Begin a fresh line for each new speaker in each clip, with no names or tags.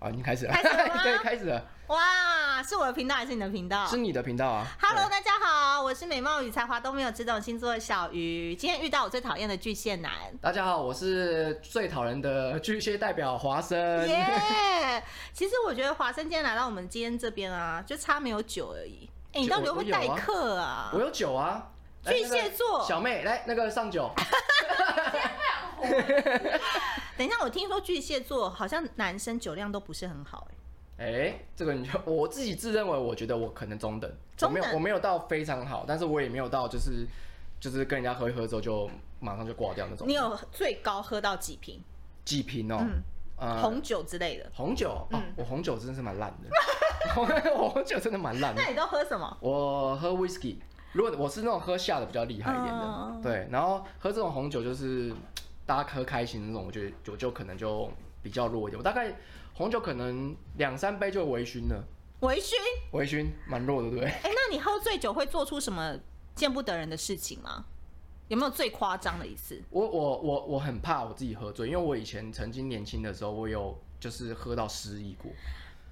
啊，已经开始了，
开始了吗
对，开始了，
哇，是我的频道还是你的频道
是你的频道啊。
？Hello，大家好，我是美貌与才华都没有，只懂星座的小鱼。今天遇到我最讨厌的巨蟹男，
对大家好，我是最讨人的巨蟹代表华生。
耶、其实我觉得华生今天来到我们今天这边啊，就差没有酒而已。哎、你
酒
到底会不会
我
代
有啊
课啊？
我有酒啊，来
巨蟹座
那个小妹来那个上酒，
等一下，我听说巨蟹座好像男生酒量都不是很好、哎，
哎、这个你就我自己自认为，我觉得我可能中等，
中
我没
等
有我没有到非常好，但是我也没有到就是就是跟人家喝一喝之后就马上就挂掉那种。
你有最高喝到几瓶、
几瓶哦？
嗯
呃
红酒之类的？
红酒、哦
嗯
我红酒真的是蛮烂 的， 我红酒真的蛮烂的
那。你都喝什么？
我喝 whisky，如果我是那种喝下的比较厉害一点的，
嗯
对，然后喝这种红酒就是嘖大家喝开心的那种，我觉得我就可能就比较弱一点。我大概红酒可能两三杯就微醺了，
微醺？
微醺蛮弱的，对不对？
哎、那你喝醉酒会做出什么见不得人的事情吗？有没有最夸张的一次？
我我我我很怕我自己喝醉，因为我以前曾经年轻的时候，我有就是喝到失忆过，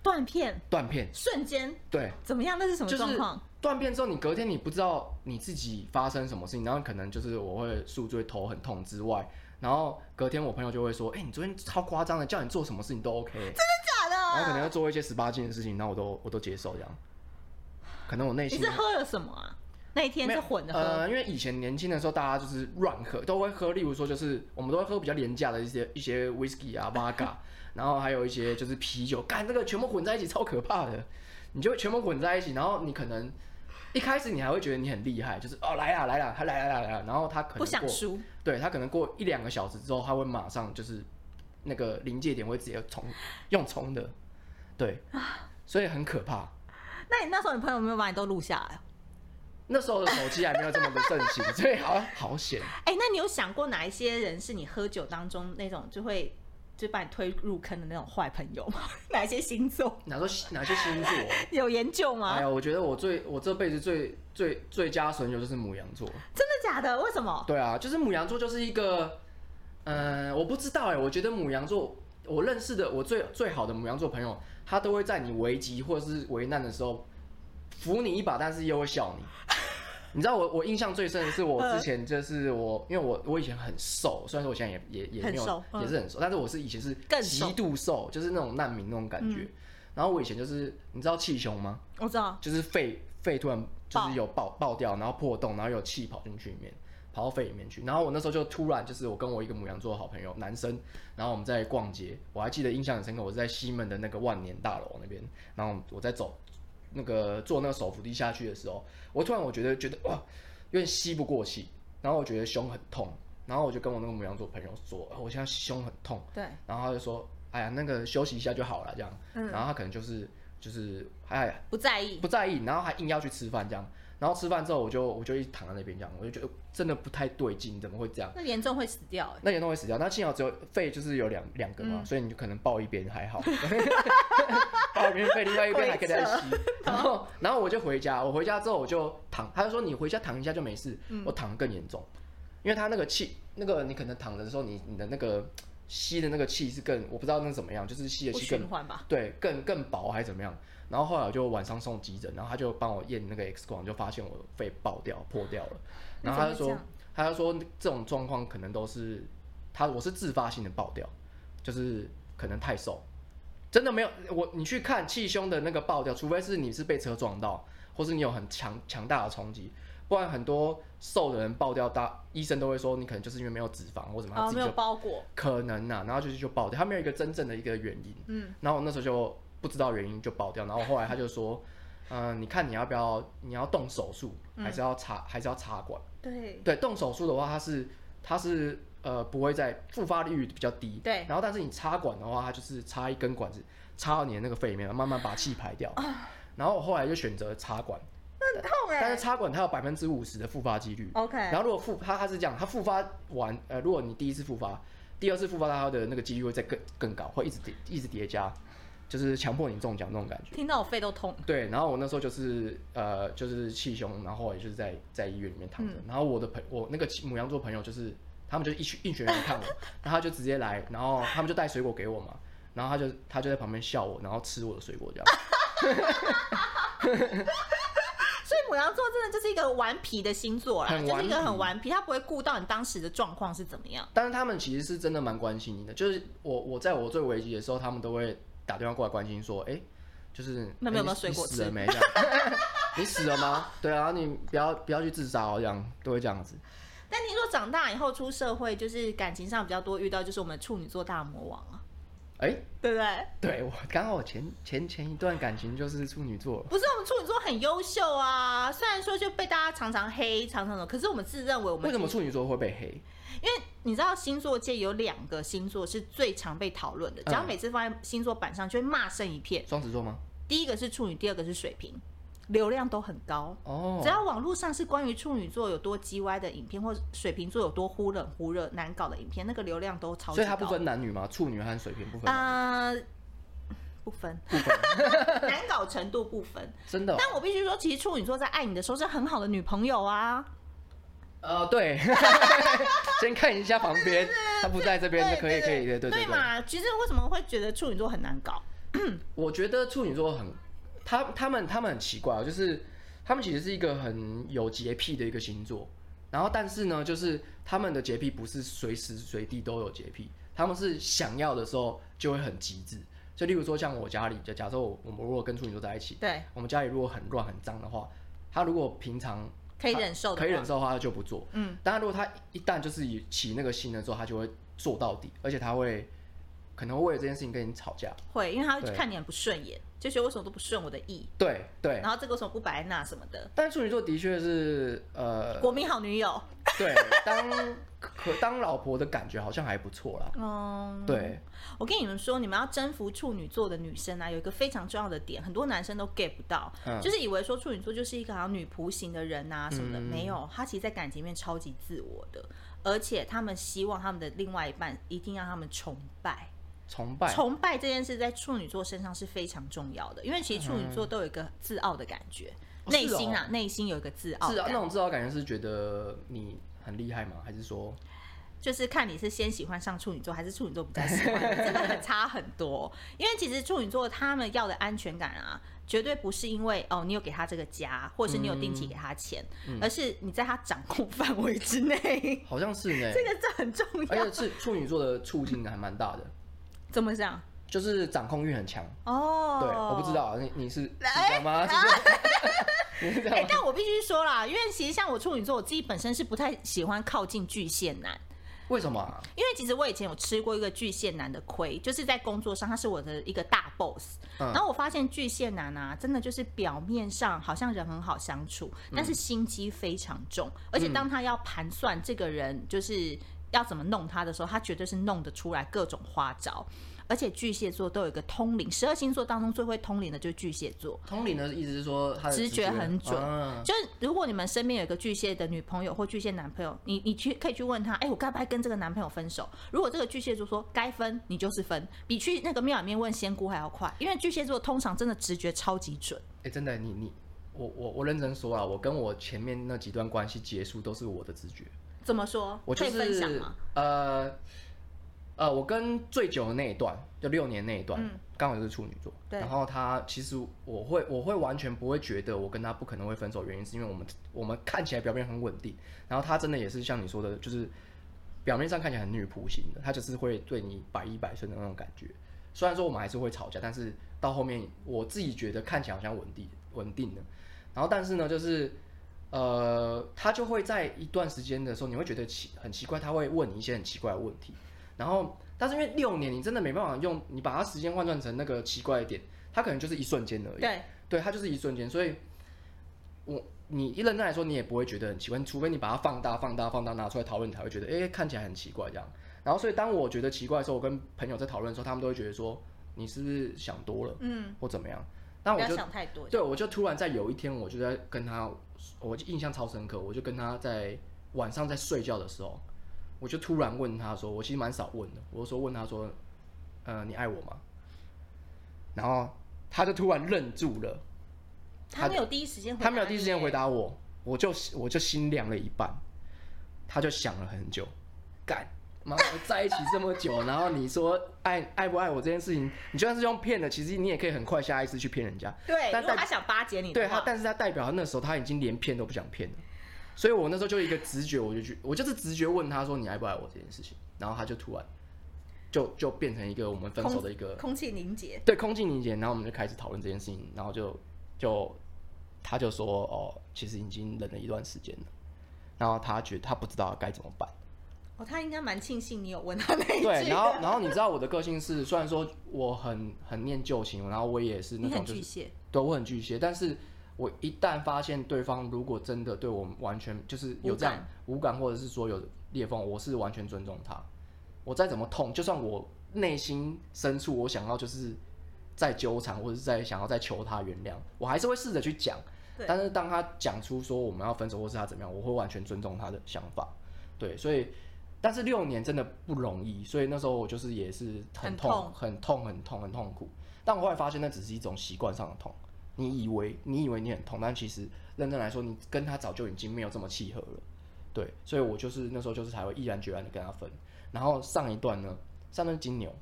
断片，
断片，
瞬间
对，
怎么样？那是什么
就是
状况？
断片之后，你隔天你不知道你自己发生什么事情，然后可能就是我会宿醉、头很痛之外，然后隔天我朋友就会说：“哎、你昨天超夸张的，叫你做什么事情都 OK。”
真
然
的
后可
假
能
的？
要做一些十八禁的事情，然后我都我都接受这样。可能我内
你
心
是喝了什么啊？那一天
没
是
有
混着喝，
呃，因为以前年轻的时候，大家就是乱喝，都会喝，例如说就是我们都会喝比较廉价的一些一些 whisky 啊、vodka，然 后还有一些就是啤酒，干这个全部混在一起超可怕的，你就会全部混在一起，然后你可能一开始你还会觉得你很厉害，就是哦来啦来啦，他来啦来啦来啊啦，然后他可能
不想
过，
输。
对他可能过一两个小时之后，他会马上就是那个临界点会直接冲用冲的， 对，所以很可怕。
那你那时候你朋友有没有把你都录下来？
那时候的手机还没有这么的盛行，所以好好险。
哎、那你有想过哪一些人是你喝酒当中那种就会就把你推入坑的那种坏朋友吗？ 哪一些星座
哪个哪些星座？
有研究吗？
哎呀，我觉得我最我这辈子最最最佳损友就是母羊座。
真的假的？为什么？
对啊，就是母羊座就是一个，嗯，我不知道哎、我觉得母羊座，我认识的我最最好的母羊座朋友，他都会在你危急或者是危难的时候扶你一把，但是又会笑 你。你知道我我印象最深的是我之前就是我，因为我我以前很瘦，虽然说我现在也也也没
很
有
瘦嗯
也是很瘦，但是我是以前是
更瘦嗯
极度瘦，就是那种难民那种感觉。然后我以前就是你知道气胸吗？
我知道，
就是肺肺突然就
爆
是有爆爆掉，然后破洞，然后有气跑进去里面，跑到肺里面去。然后我那时候就突然就是我跟我一个母羊座的好朋友男生，然后我们在逛街，我还记得印象很深刻，我是在西门的那个万年大楼那边，然后我在走那个坐那个手扶梯下去的时候，我突然我觉得觉得哇，有点吸不过气，然后我觉得胸很痛，然后我就跟我那个母羊座朋友说，啊我现在胸很痛。
对，
然后他就说，哎呀，那个休息一下就好了，这样。
嗯
然后他可能就是就是，哎呀，
不在意。
不在意，然后还硬要去吃饭这样。然后吃饭之后，我就我就一直躺在那边这样，我就觉得真的不太对劲，怎么会这样？
那严重会死掉、欸，
那严重会死掉。那幸好只有肺就是有两两个嘛，所以你就可能抱一边还好，抱一边肺，另外一边还可以再吸。然后然后我就回家，我回家之后我就躺，他就说你回家躺一下就没事，我躺得更严重，因为他那个气，那个你可能躺着的时候，你你的那个吸的那个气是更，我不知道那是怎么样，就是吸的
不
气更
循环吧？
对，更更薄还是怎么样？然后后来我就晚上送急诊，然后他就帮我验那个 X 光，就发现我肺爆掉破掉了，然后他就
你怎么会这
说
样，
他就说这种状况可能都是他我是自发性的爆掉，就是可能太瘦，真的没有我你去看气胸的那个爆掉，除非是你是被车撞到，或是你有很强强大的冲击。不然很多瘦的人爆掉，大医生都会说你可能就是因为没有脂肪或什么，他
哦，
自
没
己
有
就
包裹，
可能呐、然后就是就爆掉，他没有一个真正的一个原因。
嗯，
然后我那时候就不知道原因就爆掉，然后后来他就说，嗯、你看你要不要，你要动手术，还是要插，还是要插管？
对，
对，动手术的话，它是它是呃不会在复发率比较低，
对
然后但是你插管的话，它就是插一根管子插到你的那个肺里面，慢慢把气排掉。然后我后来就选择插管，
很痛欸
但是插管它有百分之五十的复发几率。
OK，
然后如果复它它是这样，它复发完，呃，如果你第一次复发，第二次复发，它的那个几率会再更更高，会一直叠一直叠加，就是强迫你中奖那种感觉。
听到我肺都痛，
对，然后我那时候就是呃，就是气胸，然后也就是在在医院里面躺着，然后我的朋我那个母羊座朋友就是他们就一群一群人来看我，然后他就直接来，然后他们就带水果给我嘛，然后他就他就在旁边笑我，然后吃我的水果这样。
所以母羊座真的就是一个顽皮的星座啦，
很
就是一个
顽皮
很顽皮，他不会顾到你当时的状况是怎么样。
但是他们其实是真的蛮关心你的，就是我我在我最危急的时候，他们都会打电话过来关心说，哎、就是
那
诶
边有没
你
有水果
你
吃
死了 没？这样 你死了吗？对啊，你不要不要去自杀哦，这样都会这样子。
但你说长大以后出社会，就是感情上比较多遇到，就是我们处女座大魔王啊，
哎、
对不对？
对我刚好前前前一段感情就是处女座，
不是我们处女座很优秀啊，虽然说就被大家常常黑，常常的，可是我们自认为我们
为什么处女座会被黑？
因为你知道星座界有两个星座是最常被讨论的，
嗯
只要每次放在星座板上就会骂声一片。
双子座吗？
第一个是处女，第二个是水瓶，流量都很高。
哦
只，要网络上是关于处女座有多叽歪的影片，或水瓶座有多忽冷忽热、难搞的影片，那个流量都超级高。
所以他不分男女吗？处女和水瓶不分吗，
呃，不分，
不分，
难搞程度不 分。
真 的哦、
但我必须说，其实处女座在爱你的时候是很好的女朋友啊。
呃，对， 先看一下旁边，他不在这边，可以可以，对对对。
嘛？其实为什么会觉得处女座很难搞？
我觉得处女座很，他他们他们很奇怪哦，就是他们其实是一个很有洁癖的一个星座，然后但是呢，就是他们的洁癖不是随时随地都有洁癖，他们是想要的时候就会很极致。就例如说像我家里，就假设我我们如果跟处女座在一起，
对，
我们家里如果很乱很脏的话，他如果平常
可以忍受的，
可以忍。受的话，他就不做。
嗯，
当然，如果他一旦就是以起那个心的时候，他就会做到底，而且他会可能会为了这件事情跟你吵架。
会，因为他会
对
看你很不顺眼，就觉得为什么都不顺我的意，
对对，
然后这个为什么不摆在那什么的。
但处女座的确是，呃，
国民好女友，
对，当可当老婆的感觉好像还不错啦。
嗯，
对，
我跟你们说，你们要征服处女座的女生啊，有一个非常重要的点，很多男生都 get 不到，
嗯
就是以为说处女座就是一个好像女仆型的人啊什么的，
嗯
没有，他其实在感情里面超级自我的，而且他们希望他们的另外一半一定让他们崇拜，
崇拜，
崇拜这件事在处女座身上是非常重要的，因为其实处女座都有一个自傲的感觉，
嗯哦
内
是哦
心啊，内心有一个自傲
是啊，
感
那种自傲感觉是觉得你很厉害吗？还是说，
就是看你是先喜欢上处女座，还是处女座比较喜欢你，真 的很差很多。因为其实处女座他们要的安全感啊，绝对不是因为哦你有给他这个家，或者是你有
嗯
定期给他钱，而是你在他掌控范围之 内，
好像是 呢？
这个这很重要。
而且是处女座的促进还蛮大的，
怎么讲？
就是掌控欲很强。
哦，啊
对，我不知。道，啊你你是是这样吗？是不是你是这
哎、
样吗？
但我必须说啦，因为其实像我处女座，我自己本身是不太喜欢靠近巨蟹男，
为什么啊？
因为其实我以前有吃过一个巨蟹男的亏，就是在工作上，他是我的一个大 boss、
嗯
然后我发现巨蟹男啊，真的就是表面上好像人很好相处，但是心机非常重，而且当他要盘算这个人就是要怎么弄他的时候，他绝对是弄得出来各种花招。而且巨蟹座都有一个通灵，十二星座当中最会通灵的就是巨蟹座。
通灵的意思是说他的
直觉很准
啊
就是如果你们身边有一个巨蟹的女朋友或巨蟹男朋友，你你去可以去问他，哎、我该不该跟这个男朋友分手？如果这个巨蟹座说该分，你就是分，比去那个庙里面问仙姑还要快，因为巨蟹座通常真的直觉超级准。
哎、真的，你你我我我认真说了，啊我跟我前面那几段关系结束都是我的直觉，
怎么说？
我就
可以分享
是
吗？
呃呃，我跟最久的那一段，就六年那一段
嗯，
刚、好就是处女座。
对
然后他其实我会我会完全不会觉得我跟他不可能会分手，原因是因为我们我们看起来表面很稳定，然后他真的也是像你说的，就是表面上看起来很女仆型的，他就是会对你百依百顺的那种感觉。虽然说我们还是会吵架，但是到后面我自己觉得看起来好像稳定稳定的，然后但是呢，就是呃，他就会在一段时间的时候，你会觉得奇很奇怪，他会问你一些很奇怪的问题，然后但是因为六年你真的没办法用，你把它时间换算成那个奇怪的点，他可能就是一瞬间而已，
对，
对，它就是一瞬间，所以我你一认真来说，你也不会觉得很奇怪，除非你把它放大、放大、放大拿出来讨论，你才会觉得哎、诶看起来很奇怪这样。然后，所以当我觉得奇怪的时候，我跟朋友在讨论的时候，他们都会觉得说你是不是想多了
嗯，
或怎么样。那
不
我
要
就
想太多。
对我就突然在有一天，我就在跟他，我就印象超深刻，我就跟他在晚上在睡觉的时候，我就突然问他说，我其实蛮少问的，我就说问他说，呃，你爱我吗？然后他就突然愣住了。
他没有第一时间回答
他没有第一时间回
答。
答我，我就我就心凉了一半，他就想了很久，干，妈我在一起这么久，然后你说爱爱不爱我这件事情，你就算是用骗的，其实你也可以很快下意识去骗人家。
对，
但
如果
代
他想巴结你
对
的
他，
话，
但是他代表他那时候他已经连骗都不想骗了，所以我那时候就一个直觉，我就去，我就是直觉问他说你爱不爱我这件事情，然后他就突然就就变成一个我们分手的一个
空气凝结，
对空气凝结，然后我们就开始讨论这件事情，然后就就他就说哦，其实已经忍了一段时间了，然后他觉得他不知道该怎么 办。
哦，他应该蛮庆幸你有问他那一句的。
对， 然后然后你知道我的个性是，虽然说我很很念旧情，然后我也是那
你
种
很
就
巨
是
蟹，
对我很巨蟹，但是我一旦发现对方如果真的对我完全就是有这样无感，或者是说有裂缝，我是完全尊重他。我再怎么痛，就算我内心深处我想要就是在纠缠，或者是在想要再求他原谅，我还是会试着去讲。
对
但是当他讲出说我们要分手，或是他怎么样，我会完全尊重他的想法。对，所以但是六年真的不容易，所以那时候我就是也是很
很
痛
痛、
很痛、很痛、很痛苦。但我后来发现，那只是一种习惯上的痛。你以为你以为你很痛，但其实认真来说，你跟他早就已经没有这么契合了。对，所以我就是那时候就是才会毅然决然的跟他分。然后上一段呢，上一段金牛，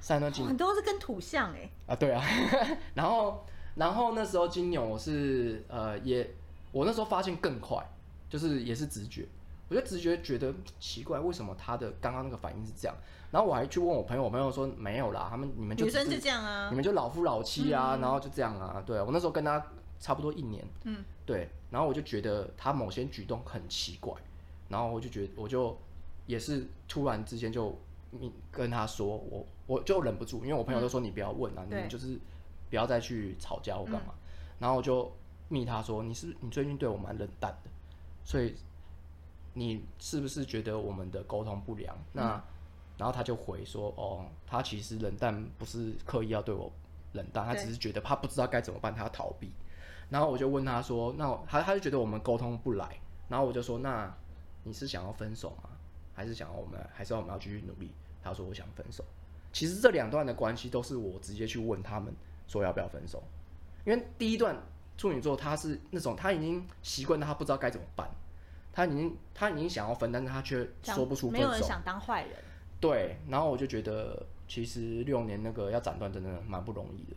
上一段金
哦很多是跟土象哎、
啊，对啊， 然后然后那时候金牛我是呃也我那时候发现更快，就是也是直觉，我就直觉觉得奇怪，为什么他的刚刚那个反应是这样？然后我还去问我朋友，我朋友说没有啦，他们你们就
女生
只
就是这样啊
你，们就老夫老妻啊，然后就这样啊，对我那时候跟他差不多一年，
嗯，
对，然后我就觉得他某些举动很奇怪，然后我就觉得我就也是突然之间就你跟他说，我我就忍不住，因为我朋友都说你不要问啊，你们
嗯对嗯
就是不要再去吵架或干嘛，然后我就密他说，你是不是你最近对我蛮冷淡的，所以你是不是觉得我们的沟通不良？
嗯
那、然后他就回说，哦，他其实冷淡不是刻意要对我冷淡，他
对
只是觉得他不知道该怎么办，他要逃避。然后我就问他说，那我他他就觉得我们沟通不来，然后我就说，那你是想要分手吗？还是想要我们还是要我们要继续努力？他说我想分手。其实这两段的关系都是我直接去问他们说要不要分手，因为第一段处女座他是那种他已经习惯到他不知道该怎么办，他已经他已经想要分，但是他却
想
说不出分
没有人
手。
想当坏人。
对，然后我就觉得其实六年那个要斩断真的蛮不容易的。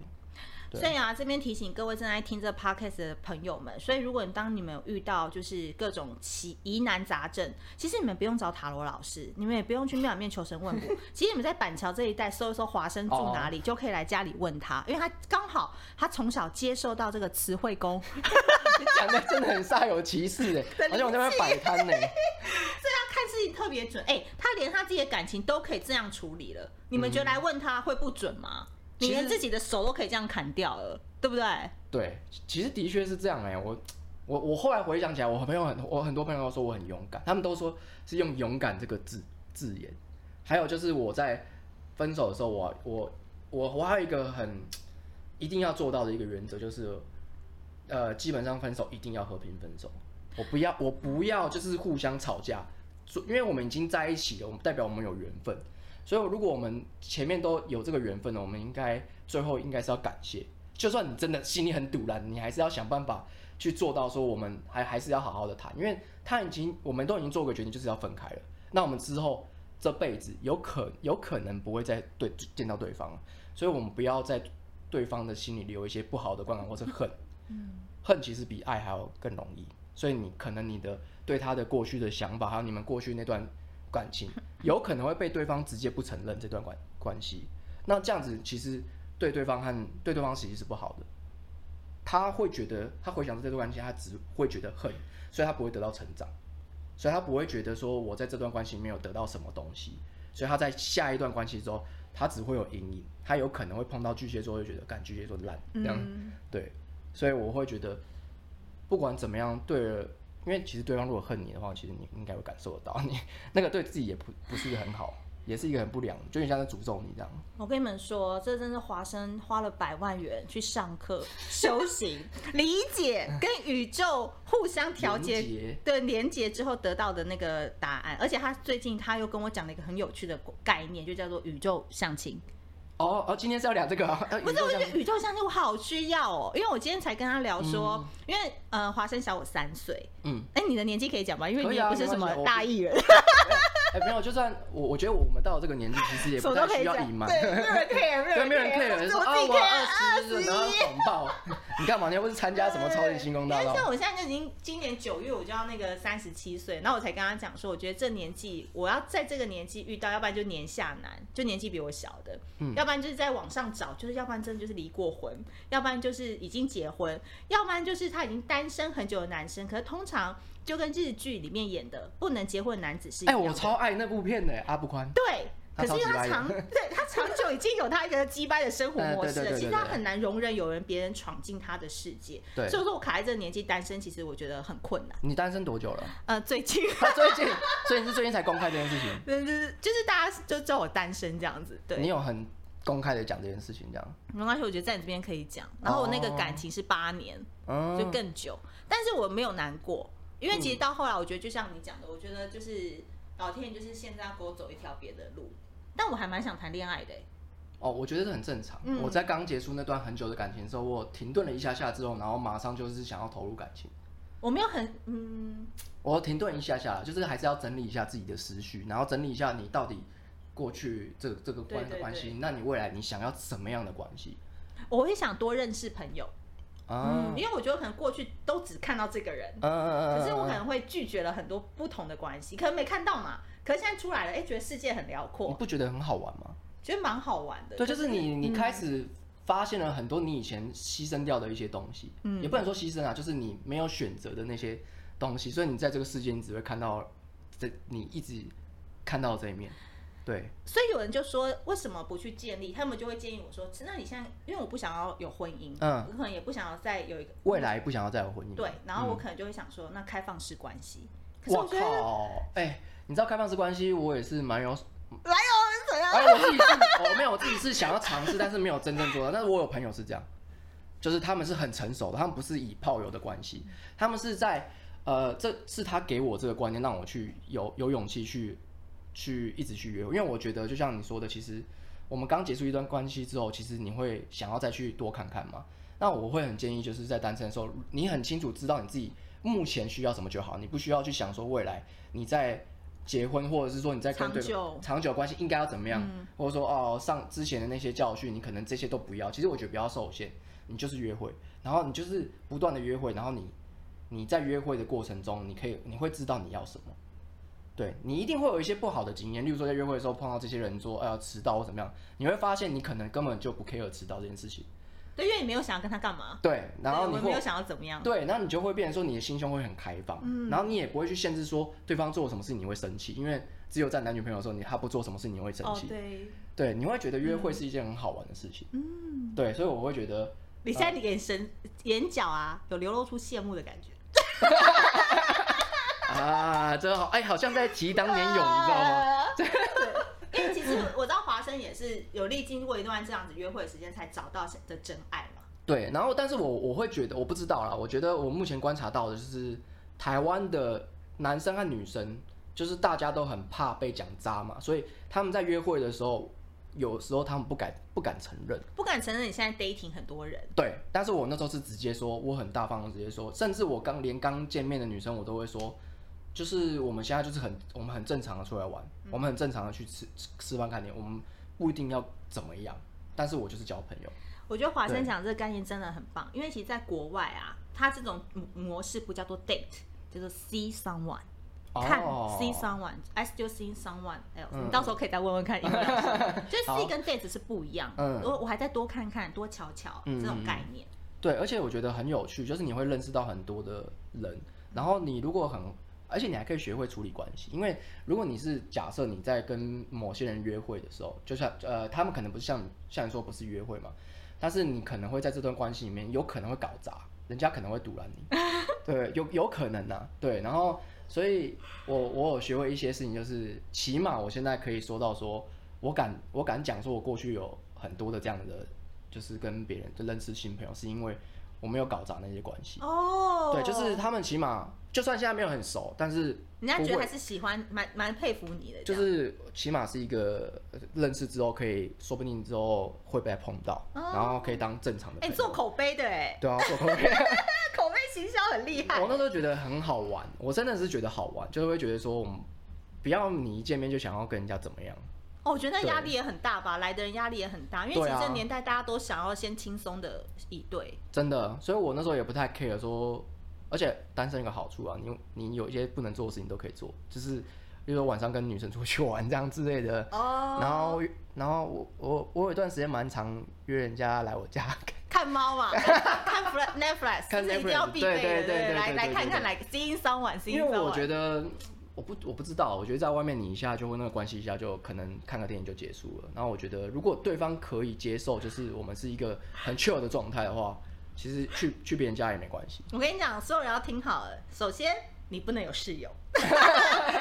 对
所以啊，这边提醒各位正在听这 podcast 的朋友们，所以如果你当你们有遇到就是各种奇疑难杂症，其实你们不用找塔罗老师，你们也不用去庙里面求神 问卜，其实你们在板桥这一带搜一搜华生住哪里，就可以来家里问他，因为他刚好他从小接受到这个词汇 功，所以
你讲的真的很煞有其事哎，而且我在那边摆摊呢。欸
他看事情特别准。哎、他连他自己的感情都可以这样处理了，你们觉得来问他会不准吗？你
其实
连自己的手都可以这样砍掉了，对不对？
对，其实的确是这样哎、我我我后来回想起来，我朋友很我很多朋友都说我很勇敢，他们都说是用勇敢这个字字眼。还有就是我在分手的时候，我我我我还有一个很一定要做到的一个原则，就是呃，基本上分手一定要和平分手，我不要我不要就是互相吵架，所因为我们已经在一起了，我们代表我们有缘分。所以，如果我们前面都有这个缘分了，我们应该最后应该是要感谢。就算你真的心里很堵然，你还是要想办法去做到说我们还还是要好好的谈，因为他已经我们都已经做过决定，就是要分开了。那我们之后这辈子有可有可能不会再对见到对方了，所以我们不要在对方的心里留一些不好的观感或者恨。恨其实比爱还要更容易，所以你可能你的对他的过去的想法，还有你们过去那段感情，有可能会被对方直接不承认这段关关系。那这样子其实对对方和对对方其实是不好的，他会觉得他回想这段关系，他只会觉得恨，所以他不会得到成长，所以他不会觉得说我在这段关系没有得到什么东西，所以他在下一段关系之后，他只会有阴影，他有可能会碰到巨蟹座，会觉得干巨蟹座烂这样，
嗯
对，所以我会觉得不管怎么样，对了。因为其实对方如果恨你的话，其实你应该会感受得到，你 那个对自己也不不是很好，也是一个很不良，就有点像在诅咒你这样。
我跟你们说，这真是华生花了百万元去上课、修行、理 解跟宇宙互相调节
连结
对连接之后得到的那个答案。而且他最近他又跟我讲了一个很有趣的概念，就叫做宇宙相亲。
哦哦，今天是要聊这个、啊，
不
不
是，我觉得宇宙相亲我好需要哦，嗯因为我今天才跟他聊说，因为呃，华生小我三岁，
嗯，
哎，你的年纪可以讲吧，因为
可
你
以
也
啊
不是什
没关系
么
我
大艺人，
哎、哎、没有，就算我，我觉得我们到了这个年纪，其实也
什
不
么都
太
可以
需要
讲，
隐瞒。
对，没有人 care，没有哦
对，
人
没有人 care，人
是
说
我
啊，
自己
我
care，
二十，然后谎报，你干嘛？你又不是参加什么超级星光大
因
道
为？像我现在就已经今年九月我就要那个三十七岁，然后我才跟他讲说，我觉得这年纪我要在这个年纪遇到，要不然就年下男，就年纪比我小的，
嗯
要不然就是在网上找，就是要不然真的就是离过婚，要不然就是已经结婚，要不然就是他已经单身很久的男生。可是通常就跟日剧里面演的不能结婚的男子是一
哎、
样的。
我超爱那部片的阿布宽，
对。
他
可是因为
超级白
他
的
长，对他长久已经有他一个鸡掰的生活模式
哎对对对
了，
对
其实他
对对
很难容忍有人别人闯进他的世界。
对
所以说我卡在这个年纪单身，其实我觉得很困难。
你单身多久了？
呃，最近
他 最近，所以你是最近才公开这件事情？
就是就是大家就叫我单身这样子，
你
对，
有很公开的讲这件事情，这样，
没关系，我觉得在你这边可以讲。然后我那个感情是八年，
嗯，
就更久，但是我没有难过，因为其实到后来，我觉得就像你讲的，我觉得就是老天爷就是现在要给我走一条别的路，但我还蛮想谈恋爱的欸、
哦，我觉得这很正常。
嗯
我在刚结束那段很久的感情的时候，我停顿了一下下之后，然后马上就是想要投入感情。
我没有很嗯，
我停顿一下下，就是还是要整理一下自己的思绪，然后整理一下你到底过去这这个关
对对
关系，那你未来你想要什么样的关系
我会想多认识朋友，
啊？
嗯因为我觉得可能过去都只看到这个人，
嗯嗯嗯，
可是我可
嗯
能会拒绝了很多不同的关系，可能没看到嘛。可是现在出来了，哎、觉得世界很辽
你
阔，
不觉得很好玩吗？
觉得蛮好玩的。
嗯对，就是你你
嗯
开始发现了很多你以前牺牲掉的一些东西，
嗯
也不能说牺牲啊，就是你没有选择的那些东西，所以你在这个世界你只会看到这你一直看到的这一面，对，
所以有人就说，为什么不去建立？他们就会建议我说，那你现在，因为我不想要有婚姻，
嗯
我可能也不想要再有一个
未来不想要再有婚姻，嗯
对，然后我可能就会想说，那开放式关系。可是
我
我觉得，
靠，哎、你知道开放式关系，我也是蛮有，
来哦，怎样？
哎，我自己是，我没有，我自己是想要尝试，但是没有真正做到。但是我有朋友是这样，就是他们是很成熟的，他们不是以炮友的关系，他们是在呃，这是他给我这个观念，让我去有有勇气去去一直去约会，因为我觉得就像你说的，其实我们刚结束一段关系之后，其实你会想要再去多看看嘛。那我会很建议，就是在单身的时候，你很清楚知道你自己目前需要什么就好，你不需要去想说未来你在结婚，或者是说你在跟对
长久嗯
长久关系应该要怎么样，或者说哦上之前的那些教训，你可能这些都不要。其实我觉得不要受限，你就是约会，然后你就是不断的约会，然后你你在约会的过程中，你可以你会知道你要什么。对你一定会有一些不好的经验，例如说在约会的时候碰到这些人说，哎、呀迟到或怎么样，你会发现你可能根本就不 care 迟到这件事情。
对，因为你没有想要跟他干嘛，
对，然后
对
你
我也
会
没有想要怎么样。
对，然后你就会变成说你的心胸会很开放，
嗯
然后你也不会去限制说对方做什么事你会生气，因为只有在男女朋友的时候，你他不做什么事你会生
哦，
气，
对，
对，你会觉得约会是一件很好玩的事情，嗯，对，所以我会觉得
你现在
嗯
的眼神、眼角啊，有流露出羡慕的感觉。
啊，真好，哎，好像在提当年勇，你知道吗？
啊对，因为其实我知道华生也是有历经过一段这样子约会的时间，才找到的真爱嘛。
对，然后但是我我会觉得我不知道啦，我觉得我目前观察到的就是台湾的男生和女生，就是大家都很怕被讲渣嘛，所以他们在约会的时候，有时候他们不敢不敢承认。
不敢承认你现在 dating 很多人，
对，但是我那时候是直接说，我很大方的直接说，甚至我刚连刚见面的女生，我都会说，就是我们现在就是很我们很正常的出来玩，我们很正常的去吃吃吃饭看电影，我们不一定要怎么样，但是我就是交朋友。
我觉得华生
对
讲这个概念真的很棒，因为其实在国外啊，它这种模模式不叫做 date，叫做 see someone。看
哦
see someone，I still see someone else、
嗯
你到时候可以再问问看英文老 师，就是 see 跟 date 是不一样。
嗯
我我还再多看看，多瞧瞧、
嗯
这种概念。
对，而且我觉得很有趣，就是你会认识到很多的人，然后你如果很，而且你还可以学会处理关系，因为如果你是假设你在跟某些人约会的时候，就像呃，他们可能不是像你像你说不是约会嘛，但是你可能会在这段关系里面有可能会搞砸，人家可能会堵拦你，对，有有可能呐、啊对，然后所以我我有学会一些事情，就是起码我现在可以说到说，我敢我敢讲说我过去有很多的这样的就是跟别人就认识新朋友，是因为我没有搞砸那些关系。
哦
嗯对，就是他们起码就算现在没有很熟，但是
人家觉
不
得
会
还是喜欢，蛮蛮佩服你的
就
这样。
是起码是一个呃认识之后，可以说不定之后会被碰到，
哦
然后可以当正常的朋
哎、
友。
做口碑的哎、
对啊，做朋 友。
口碑行销很厉害
我。那时候觉得很好玩，我真的是觉得好玩，就是会觉得说我们嗯不要你一见面就想要跟人家怎么样。
哦，我觉得那
对
压力也很大吧，来的人压力也很大，因为其
对
实
啊
这年代大家都想要先轻松的以对，
真的，所以我那时候也不太 care 说，而且单身有个好处啊，你你有一些不能做的事情都可以做，就是比如说晚上跟女生出去玩这样之类的。
哦
然后，然后我我我有一段时间蛮常约人家来我 家
看猫嘛，看 Fle- Netflix，
看
这是一定要
Netflix，
必备
对
的，
对对对对
来
对
来
对
看
对
看，
对
来 sing 三晚，sing
因为
三
我
晚。
觉得我不我不知道，我觉得在外面你一下就会那个关系一下就可能看个电影就结束了。然后我觉得如果对方可以接受，就是我们是一个很 chill 的状态的话，其实去去别人家也没关系。
我跟你讲，所有人要听好了。首先，你不能有室 友，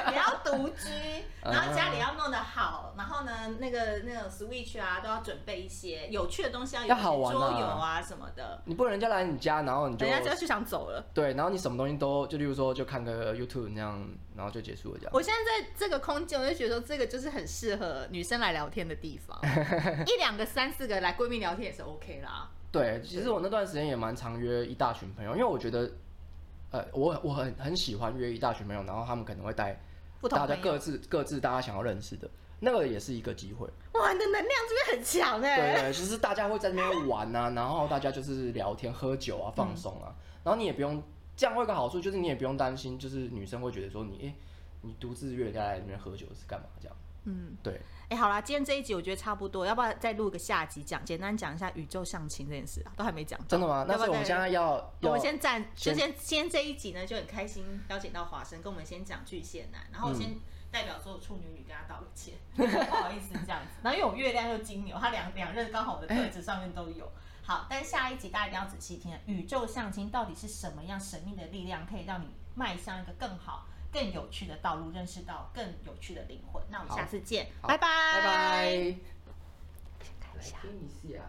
你要独居，然后家
嗯
里要弄得好，然后呢，那个那种 Switch 啊，都要准备一些有趣的东西，要有
要
一些
好玩啊
桌游啊什么的。
你不能人家来你家，然后你就
人家就要去想走了。
对，然后你什么东西都就例如说就看个 YouTube 那样，然后就结束了这样。
我现在在这个空间，我就觉得这个就是很适合女生来聊天的 地方，一两个、三四个来闺蜜聊天也是 OK 啦。
对，其实我那段时间也蛮常约一大群朋友，因为我觉得，呃，我我很很喜欢约一大群朋友，然后他们可能会带
不同
大家
朋友，
各自各自大家想要认识的，那个也是一个机会。
哇，你的能量这边很强哎、
对对，就是大家会在那边玩啊，然后大家就是聊天、喝酒啊、放松啊，然后你也不用这样会有个好处，就是你也不用担心，就是女生会觉得说你，诶，你独自约人家来那边喝酒是干嘛这样？
嗯，
对，
哎、好啦，今天这一集我觉得差不多，要不要再录个下集讲？简单讲一下宇宙相亲这件事啊，都还没讲到。
真的吗？那
要
所
不
以我
要
们
再
现在要
我
要
们先暂，就
先
先先这一集呢，就很开心邀请到华生跟我们先讲巨蟹男，
嗯
然后我先代表所有处女女跟他道个 歉，不好意思这样子。然后因为我月亮又金牛，他两两任刚好我的
哎
特质上面都有。好，但下一集大家一定要仔细听啊，宇宙相亲到底是什么样神秘的力量，可以让你迈向一个更好、更有趣的道路，认识到更有趣的灵魂？那我们
好
下次见，
好
拜拜，
拜拜。
看一下。
听一下。